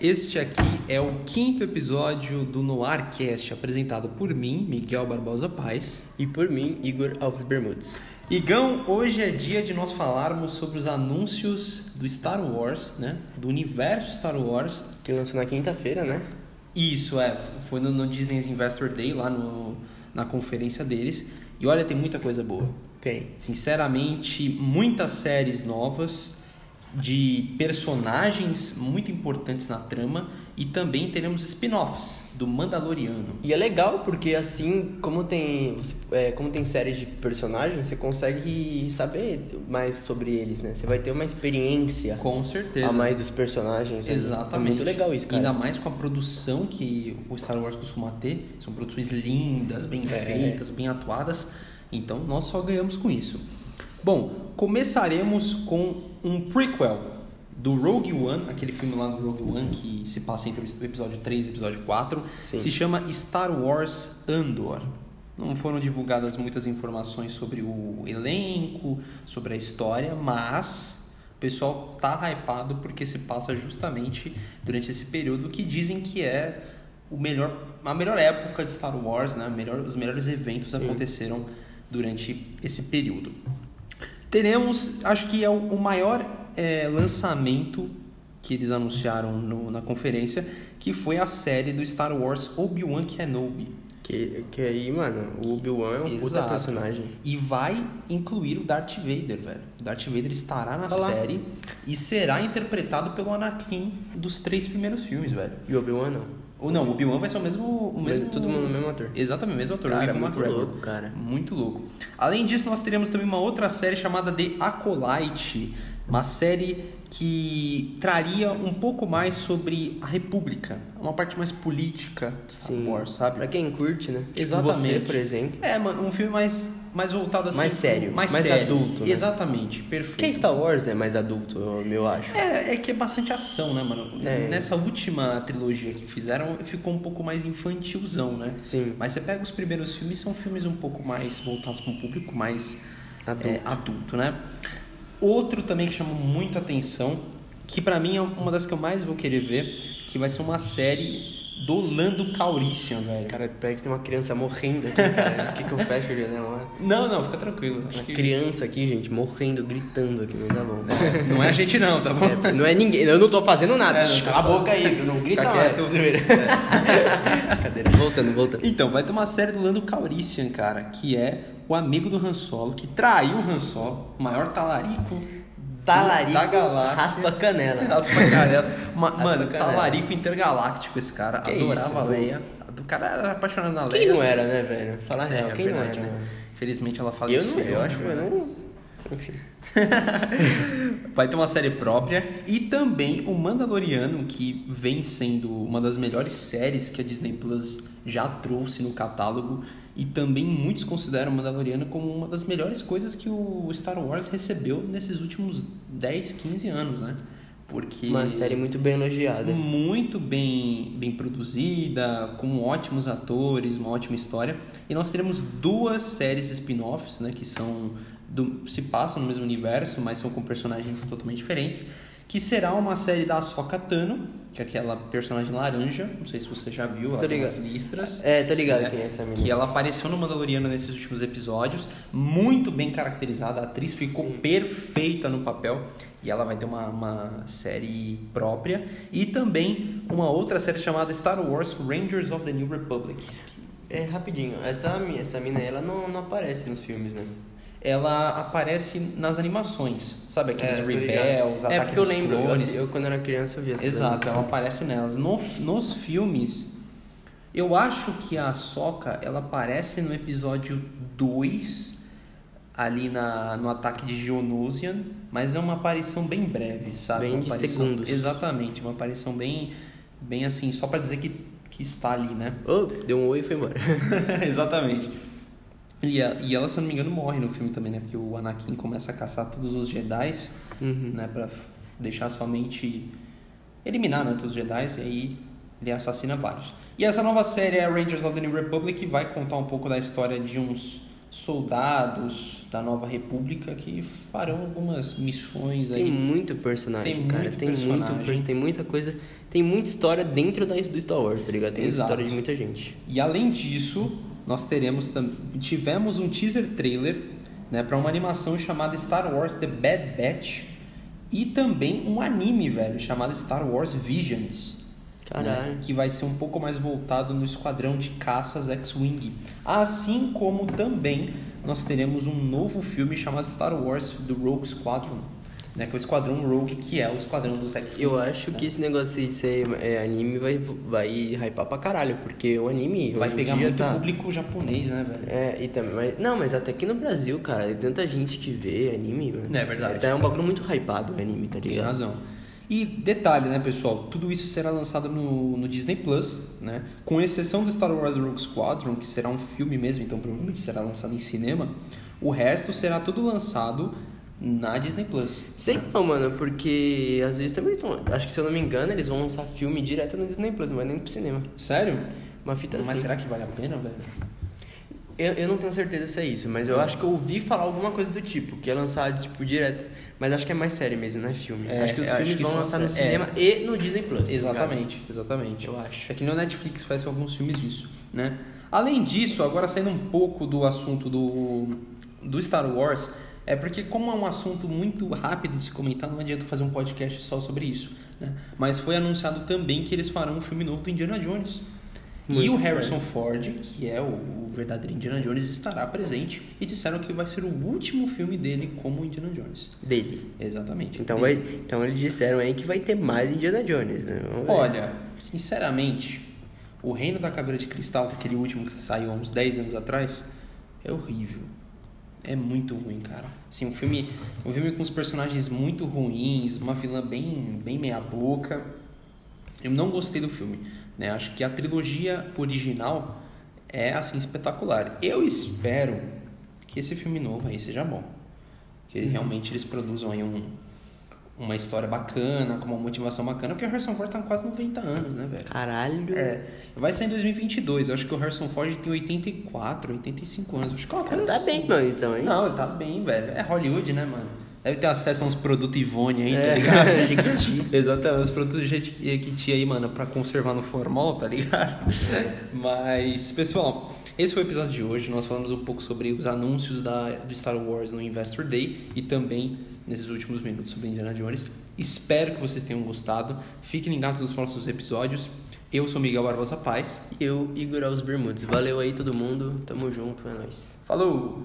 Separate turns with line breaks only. Este aqui é o quinto episódio do Noircast, apresentado por mim, Miguel Barbosa Paz.
E por mim, Igor Alves Bermudes.
Igão, hoje é dia de nós falarmos sobre os anúncios do Star Wars, né? Do universo Star Wars.
Que lançou na quinta-feira, né?
Isso, é. Foi no, no Disney's Investor Day, lá no, na conferência deles. E olha, tem muita coisa boa.
Tem.
Sinceramente, muitas séries novas de personagens muito importantes na trama e também teremos spin-offs do Mandaloriano.
E é legal porque assim, como tem, você- é, como tem séries de personagens, você consegue saber mais sobre eles, né? Você vai ter uma experiência
Com certeza.
a mais dos personagens. né?
Exatamente.
Ah, É muito legal isso, cara.
Ainda mais com a produção que o Star Wars costuma ter. São produções lindas, bem
É.
feitas, bem atuadas. Então nós só ganhamos com isso. Bom, começaremos com um prequel do Rogue One, aquele filme lá do Rogue One que se passa entre o episódio 3 e o episódio 4.
Sim.
Se chama Star Wars Andor. Não foram divulgadas muitas informações sobre o elenco, sobre a história, mas o pessoal tá hypado porque se passa justamente durante esse período que dizem que é o melhor, a melhor época de Star Wars, né? Melhor, os melhores eventos aconteceram durante esse período. Teremos, acho que é o, o maior eh, lançamento que eles anunciaram no- na conferência, que foi a série do Star Wars Obi-Wan Kenobi.
Que, que aí, mano, o Obi-Wan é um puta
Exato.
personagem.
E vai incluir o Darth Vader, velho. O Darth Vader estará na
Tá lá.
série e será interpretado pelo Anakin dos três primeiros filmes, velho.
E o Obi-Wan não.
Ou não, o Obi-Wan vai ser o mesmo... O
Mas
mesmo
Todo mundo o mesmo ator.
Exatamente, o mesmo ator.
Cara,
o Ewan
muito
McGregor.
louco, cara.
Muito louco. Além disso, nós teremos também uma outra série chamada The Acolyte, uma série que traria um pouco mais sobre a República, uma parte mais política de Star
Sim.
Wars, sabe?
Pra quem curte, né? Tipo
Exatamente.
Você, por exemplo.
É, mano, um filme mais, mais voltado assim.
Mais sério,
mais,
mais
sério.
adulto, né?
Exatamente, perfeito.
Porque Star Wars é mais adulto, eu, eu acho.
É, é que é bastante ação, né, mano?
É.
Nessa última trilogia que fizeram, ficou um pouco mais infantilzão, né?
Sim.
Mas você pega os primeiros filmes, são filmes um pouco mais voltados para um público mais
Adulto.
é, adulto, né? Outro também que chamou muito atenção, que pra mim é uma das que eu mais vou querer ver, que vai ser uma série do Lando Calrissian, velho.
Cara, pega que tem uma criança morrendo aqui, cara. Por que, que eu fecho a janela lá?
Não, não, é fica tranquilo. Acho
Uma
que-
criança aqui, gente, morrendo, gritando aqui, não tá bom.
Não é a gente não, tá bom?
É, não é ninguém, eu não tô fazendo nada.
É, não
Shh,
tá
Cala a boca aí, viu? Não grita
Fica
mais. É.
quieto.
Zoeira.
tá,
Brincadeira. Voltando, voltando.
Então, vai ter uma série do Lando Calrissian, cara, que é o amigo do Han Solo, que traiu o Han Solo, o maior talarico
Talarico,
da galáxia.
raspa a canela.
Raspa a canela. Ma-
Raspa
Mano,
a canela.
talarico intergaláctico esse cara.
Que
Adorava
isso,
a
mano.
Leia. O cara era apaixonado na Leia.
Quem não era, né, velho? Falar a
É,
real, quem
verdade,
não era,
né?
mano?
Infelizmente ela
Eu
faleceu.
não, eu
né,
acho, eu
velho?
não... Enfim.
Vai ter uma série própria e também o Mandaloriano, que vem sendo uma das melhores séries que a Disney Plus já trouxe no catálogo. E também muitos consideram o Mandaloriano como uma das melhores coisas que o Star Wars recebeu nesses últimos 10, 15 anos, né? Porque
Uma série muito bem elogiada.
muito bem, bem produzida, com ótimos atores, uma ótima história. E nós teremos duas séries spin-offs, né, que são do- se passam no mesmo universo, mas são com personagens totalmente diferentes, que será uma série da Ahsoka Tano, que é aquela personagem laranja, não sei se você já viu, ela
Tô
tem umas
ligado.
listras.
É, tô ligado
né,
quem é essa menina.
Que ela apareceu no Mandaloriano nesses últimos episódios, muito bem caracterizada, a atriz ficou perfeita no papel e ela vai ter uma, uma série própria e também uma outra série chamada Star Wars Rangers of the New Republic.
É, rapidinho. Essa, mi- essa mina aí, ela não, não aparece nos filmes, né?
Ela aparece nas animações, sabe? Aqueles
é, tô ligado.
Rebels, Ataque
É, porque eu
dos
lembro. Eu,
Clones.
assi- eu, quando era criança, eu via essa
Exato, é
coisa.
ela aparece nelas. No- nos filmes, eu acho que a Soca ela aparece no episódio 2, ali na, no ataque de Geonosian, mas é uma aparição bem breve, sabe?
Bem
Uma
de
aparição-
segundos.
Exatamente, uma aparição bem, bem assim, só pra dizer que, que está ali, né?
Oh, deu um oi e foi embora.
Exatamente. E, a- e ela, se eu não me engano, morre no filme também, né? Porque o Anakin começa a caçar todos os Jedi,
Uhum.
né? Pra f- deixar sua mente eliminar, né? Todos os Jedi, e aí ele assassina vários. E essa nova série é Rangers of the New Republic, que vai contar um pouco da história de uns soldados da Nova República que farão algumas missões
Tem
aí.
muito personagem,
Tem
cara.
muito
tem muito,
personagem.
per- tem muita coisa. Tem muita história dentro da, do Star Wars, tá ligado? Tem
Exato.
história de muita gente.
E além disso, nós teremos tam- tivemos um teaser trailer né, para uma animação chamada Star Wars The Bad Batch e também um anime, velho, chamado Star Wars Visions. né,
Caralho.
que vai ser um pouco mais voltado no esquadrão de caças X-Wing. Assim como também nós teremos um novo filme chamado Star Wars do Rogue Squadron, né, que é o esquadrão Rogue, que é o esquadrão dos X-Wing.
Eu acho que esse negócio de ser é, anime vai, vai hypar pra caralho, porque o anime
vai
hoje em
pegar
dia
muito
tá...
público japonês, né, velho?
É, e também, mas, não, mas até aqui no Brasil, cara, é tanta gente que vê anime, mano.
É verdade.
Tá, É um bagulho muito hypado o anime, tá
Tem
ligado?
razão. E detalhe, né, pessoal? Tudo isso será lançado no, no Disney Plus, né? Com exceção do Star Wars Rogue Squadron, que será um filme mesmo, então provavelmente será lançado em cinema. O resto será tudo lançado na Disney Plus.
Sei não, mano, porque às vezes também estão. Acho que se eu não me engano, eles vão lançar filme direto no Disney Plus, não vai nem pro cinema.
Sério?
Uma fita
Mas
assim.
será que vale a pena, velho?
Eu, eu não tenho certeza se é isso, mas eu acho que eu ouvi falar alguma coisa do tipo, que é lançado, tipo, direto. Mas acho que é mais série mesmo, não é filme.
É,
acho que os
eu acho
filmes
que
vão
isso
lançar
é-
no cinema e no Disney Plus. tá
Exatamente, exatamente.
ligado? Eu acho.
É que nem o Netflix faz alguns filmes disso, né? Além disso, agora saindo um pouco do assunto do, do Star Wars, é porque como é um assunto muito rápido de se comentar, não adianta fazer um podcast só sobre isso, né? Mas foi anunciado também que eles farão um filme novo do Indiana Jones. e
Muito
o
bem.
Harrison Ford, que é o, o verdadeiro Indiana Jones, estará presente e disseram que vai ser o último filme dele como Indiana Jones.
Dele.
Exatamente.
Então, vai, então eles disseram aí que vai ter mais Indiana Jones, né? Vamos ver.
Olha, sinceramente, o Reino da Caveira de Cristal, aquele último que saiu há uns 10 anos atrás, é horrível. É muito ruim, cara. Assim, um filme, um filme com os personagens muito ruins, uma vilã bem, bem meia boca. Eu não gostei do filme, né? Acho que a trilogia original é assim espetacular. Eu espero que esse filme novo aí seja bom. Que
Uhum.
ele- realmente eles produzam aí um, uma história bacana, com uma motivação bacana, porque o Harrison Ford tá com quase 90 anos, né, velho?
Caralho.
É, vai sair em 2022. Eu acho que o Harrison Ford tem 84, 85 anos. Acho que é uma
Cara,
coisa
tá
assim.
bem, mano, então, hein?
Não, ele tá bem, velho. É Hollywood, né, mano? Deve ter acesso a uns produtos Ivone aí, tá
É.
ligado? Jequiti. Exatamente, os produtos Jequi- Jequiti aí, mano, pra conservar no formol, tá ligado? Mas, pessoal, esse foi o episódio de hoje. Nós falamos um pouco sobre os anúncios da, do Star Wars no Investor Day e também nesses últimos minutos sobre Indiana Jones. Espero que vocês tenham gostado. Fiquem ligados nos próximos episódios. Eu sou Miguel Barbosa Paz.
Eu, Igor Alves Bermudes. Valeu aí todo mundo. Tamo junto, é nóis.
Falou!